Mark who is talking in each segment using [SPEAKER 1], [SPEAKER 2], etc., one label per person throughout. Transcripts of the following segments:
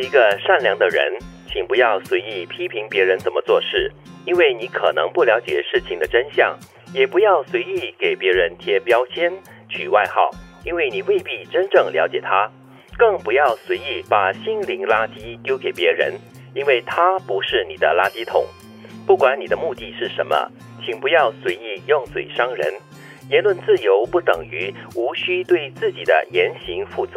[SPEAKER 1] 一个善良的人，请不要随意批评别人怎么做事，因为你可能不了解事情的真相；也不要随意给别人贴标签、取外号，因为你未必真正了解他；更不要随意把心灵垃圾丢给别人，因为他不是你的垃圾桶。不管你的目的是什么，请不要随意用嘴伤人。言论自由不等于无需对自己的言行负责。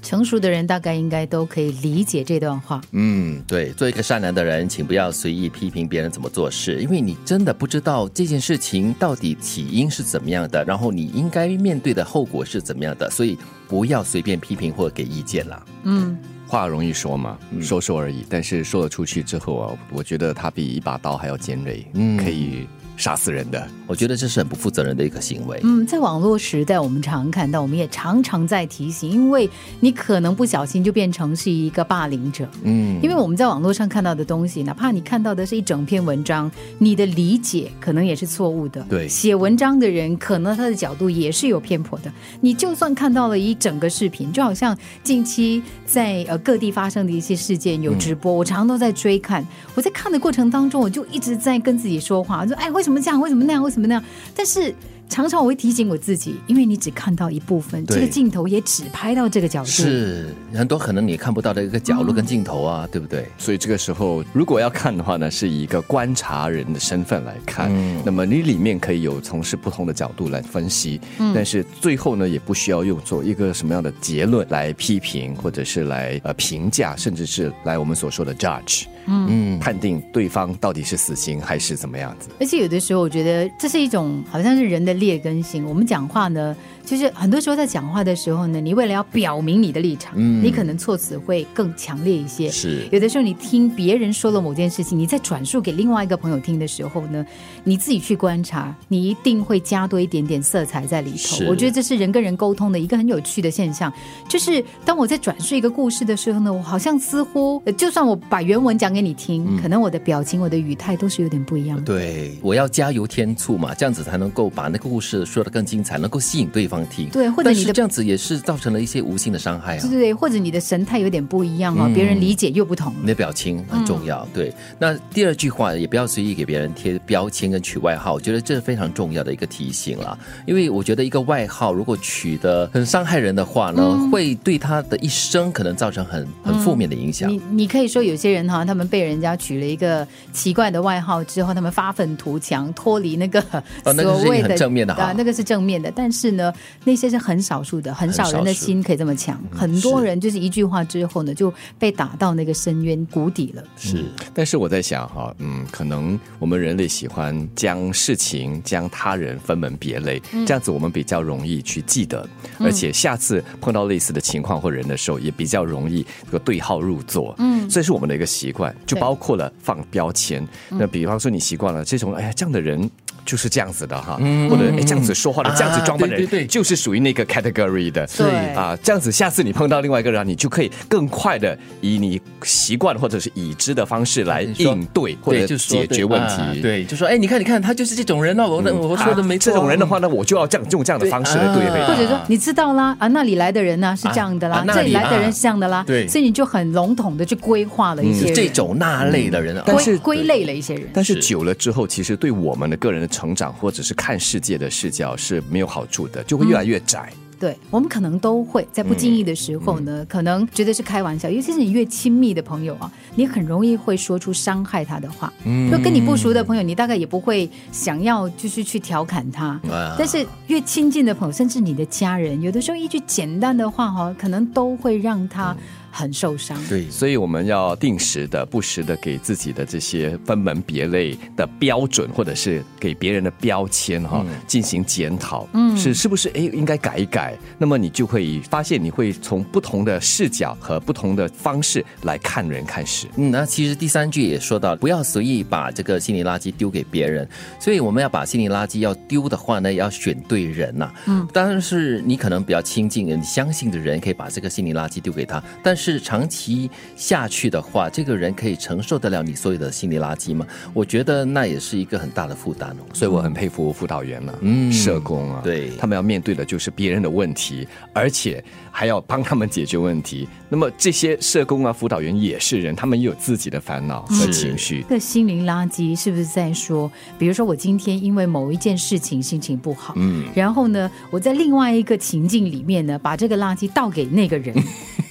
[SPEAKER 2] 成熟的人大概应该都可以理解这段话。
[SPEAKER 3] 嗯，对，做一个善良的人，请不要随意批评别人怎么做事，因为你真的不知道这件事情到底起因是怎么样的，然后你应该面对的后果是怎么样的，所以不要随便批评或给意见啦。
[SPEAKER 2] 嗯，
[SPEAKER 4] 话容易说嘛，说说而已。但是说了出去之后啊，我觉得它比一把刀还要尖锐，
[SPEAKER 3] 嗯
[SPEAKER 4] 可以杀死人的。
[SPEAKER 3] 我觉得这是很不负责任的一个行为。
[SPEAKER 2] 嗯，在网络时代，我们常看到，我们也常常在提醒，因为你可能不小心就变成是一个霸凌者。
[SPEAKER 3] 嗯
[SPEAKER 2] 因为我们在网络上看到的东西，哪怕你看到的是一整篇文章，你的理解可能也是错误的。
[SPEAKER 4] 对
[SPEAKER 2] 写文章的人可能他的角度也是有偏颇的。你就算看到了一整个视频，就好像近期在呃各地发生的一些事件有直播，
[SPEAKER 3] 嗯
[SPEAKER 2] 我常常都在追看。我在看的过程当中，我就一直在跟自己说话，我说哎为什么这样，为什么那样，为什么那样？但是。常常我会提醒我自己，因为你只看到一部分，
[SPEAKER 3] 对
[SPEAKER 2] 这个镜头也只拍到这个角度。
[SPEAKER 3] 是很多可能你看不到的一个角落跟镜头啊，对不对？
[SPEAKER 4] 所以这个时候，如果要看的话呢，是以一个观察人的身份来看。
[SPEAKER 3] 嗯
[SPEAKER 4] 那么你里面可以有从事不同的角度来分析，但是最后呢，也不需要用做一个什么样的结论来批评，或者是来呃评价，甚至是来我们所说的 judge，嗯，判定对方到底是死刑还是怎么样子。
[SPEAKER 2] 而且有的时候，我觉得这是一种好像是人的劣根性。我们讲话呢，就是很多时候在讲话的时候呢，你为了要表明你的立场，你可能措辞会更强烈一些。
[SPEAKER 3] 是
[SPEAKER 2] 有的时候，你听别人说了某件事情，你在转述给另外一个朋友听的时候呢，你自己去观察，你一定会加多一点点色彩在里头
[SPEAKER 3] 是。
[SPEAKER 2] 我觉得这是人跟人沟通的一个很有趣的现象，就是当我在转述一个故事的时候呢，我好像似乎，呃就算我把原文讲给你听，可能我的表情、我的语态都是有点不一样的。
[SPEAKER 3] 对，我要加油添醋嘛，这样子才能够把那个故事说得更精彩，能够吸引对方听。
[SPEAKER 2] 对或者
[SPEAKER 3] 但
[SPEAKER 2] 你
[SPEAKER 3] 是
[SPEAKER 2] 的
[SPEAKER 3] 这样子也是造成了一些无形的伤害啊
[SPEAKER 2] 对。对对，或者你的神态有点不一样哦，别
[SPEAKER 3] 嗯
[SPEAKER 2] 人理解又不同
[SPEAKER 3] 你
[SPEAKER 2] 了。
[SPEAKER 3] 的表情很重要，对。那第二句话也不要随意给别人贴标签跟取外号，我觉得这是非常重要的一个提醒啦。因为我觉得一个外号如果取的很伤害人的话呢，
[SPEAKER 2] 嗯
[SPEAKER 3] 会对他的一生可能造成很很负面的影响。
[SPEAKER 2] 你你可以说有些人哈，他们被人家取了一个奇怪的外号之后，他们发愤图强，脱离那个
[SPEAKER 3] 哦那个
[SPEAKER 2] 所
[SPEAKER 3] 是
[SPEAKER 2] 谓的、
[SPEAKER 3] 很正面的哈
[SPEAKER 2] 啊，那个是正面的。但是呢，那些是很少数的，很少
[SPEAKER 3] 很少
[SPEAKER 2] 人的
[SPEAKER 3] 数嗯
[SPEAKER 2] 心可以这么强。很多人就是一句话之后呢，就被打到那个深渊谷底了。
[SPEAKER 3] 是，
[SPEAKER 4] 但是我在想哈、嗯，可能我们人类喜欢将事情、将他人分门别类，
[SPEAKER 3] 嗯
[SPEAKER 4] 这样子我们比较容易去记得，而且下次碰到类似的情况或人的时候，也比较容易这个对号入座。嗯，这是我们的一个习惯，就
[SPEAKER 2] 对
[SPEAKER 4] 包括了放标签。那比方说你习惯了这种，哎呀，这样的人。就是这样子的哈，或者哎这样子说话的，
[SPEAKER 3] 嗯啊
[SPEAKER 4] 这样子装扮的
[SPEAKER 3] 对
[SPEAKER 4] 人，
[SPEAKER 3] 对对
[SPEAKER 4] 就是属于那个 category 的，
[SPEAKER 2] 对
[SPEAKER 4] 啊，这样子下次你碰到另外一个人，你就可以更快的以你习惯或者是已知的方式来
[SPEAKER 3] 说
[SPEAKER 4] 应对或者
[SPEAKER 3] 就说
[SPEAKER 4] 解决
[SPEAKER 3] 对
[SPEAKER 4] 问
[SPEAKER 3] 啊
[SPEAKER 4] 题。嗯啊
[SPEAKER 3] 对，就说哎，你看，你看，他就是这种人哦，我那、我说的没错、
[SPEAKER 4] 这种人的话呢，我就要这样用这样的方式来对
[SPEAKER 3] 啊
[SPEAKER 4] 回
[SPEAKER 2] 或
[SPEAKER 4] 答。
[SPEAKER 2] 者说你知道啦啊，那里来的人呢、是这样的啦，
[SPEAKER 3] 啊啊那
[SPEAKER 2] 这里
[SPEAKER 3] 里
[SPEAKER 2] 来的人
[SPEAKER 3] 啊
[SPEAKER 2] 是这样的啦，
[SPEAKER 3] 对
[SPEAKER 2] 所以你就很笼统的去规划了一些
[SPEAKER 3] 是
[SPEAKER 2] 人，
[SPEAKER 3] 这种那类的人啊，
[SPEAKER 4] 但
[SPEAKER 2] 归
[SPEAKER 4] 是
[SPEAKER 2] 归类了一些人。
[SPEAKER 4] 但是久了之后，其实对我们的个人的成长或者是看世界的视角是没有好处的，就会越
[SPEAKER 3] 嗯
[SPEAKER 4] 来越窄。
[SPEAKER 2] 对，我们可能都会在不经意的时候呢，可能觉得是开玩笑，尤其是你越亲密的朋友啊，你很容易会说出伤害他的话。嗯，就跟你不熟的朋友，你大概也不会想要就是去调侃他。
[SPEAKER 3] 啊
[SPEAKER 2] 但是越亲近的朋友，甚至你的家人，有的时候一句简单的话哈、可能都会让他很受伤。
[SPEAKER 3] 对，
[SPEAKER 4] 所以我们要定时的、不时的给自己的这些分门别类的标准，或者是给别人的标签哈、
[SPEAKER 3] 嗯
[SPEAKER 4] 进行检讨，嗯，是是不是哎应该改一改？那么你就会发现，你会从不同的视角和不同的方式来看人看事。
[SPEAKER 3] 嗯，那其实第三句也说到，不要随意把这个心理垃圾丢给别人，所以我们要把心理垃圾要丢的话呢，也要选对人呐、嗯，当然是你可能比较亲近人、你相信的人，可以把这个心理垃圾丢给他，但是长期下去的话，这个人可以承受得了你所有的心理垃圾吗？我觉得那也是一个很大的负担哦。
[SPEAKER 4] 所以我很佩服辅导员啊，
[SPEAKER 3] 嗯
[SPEAKER 4] 社工啊，
[SPEAKER 3] 对
[SPEAKER 4] 他们要面对的就是别人的问题，而且还要帮他们解决问题。那么这些社工啊、辅导员也是人，他们也有自己的烦恼和
[SPEAKER 3] 是
[SPEAKER 4] 情绪。
[SPEAKER 2] 这个心灵垃圾是不是在说，比如说我今天因为某一件事情心情不好，嗯，然后呢，我在另外一个情境里面呢，把这个垃圾倒给那个人，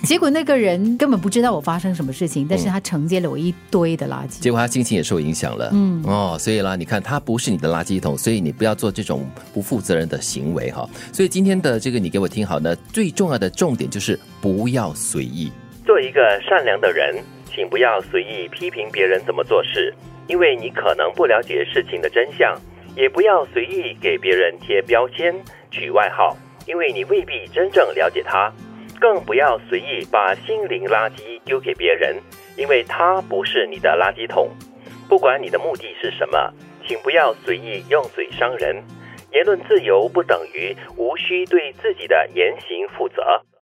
[SPEAKER 2] 结果那个人根本不知道我发生什么事情，但是他承接了我一堆的垃圾。
[SPEAKER 3] 结果他心情也受影响了，嗯哦，所以啦，你看他不是你的垃圾桶，所以你不要做这种不负责任的行为哈。所以今天的这个你给我听好呢，最重要的重点就是不要随意。
[SPEAKER 1] 做一个善良的人，请不要随意批评别人怎么做事，因为你可能不了解事情的真相；也不要随意给别人贴标签、取外号，因为你未必真正了解他；更不要随意把心灵垃圾丢给别人，因为他不是你的垃圾桶。不管你的目的是什么，请不要随意用嘴伤人。言论自由不等于无需对自己的言行负责。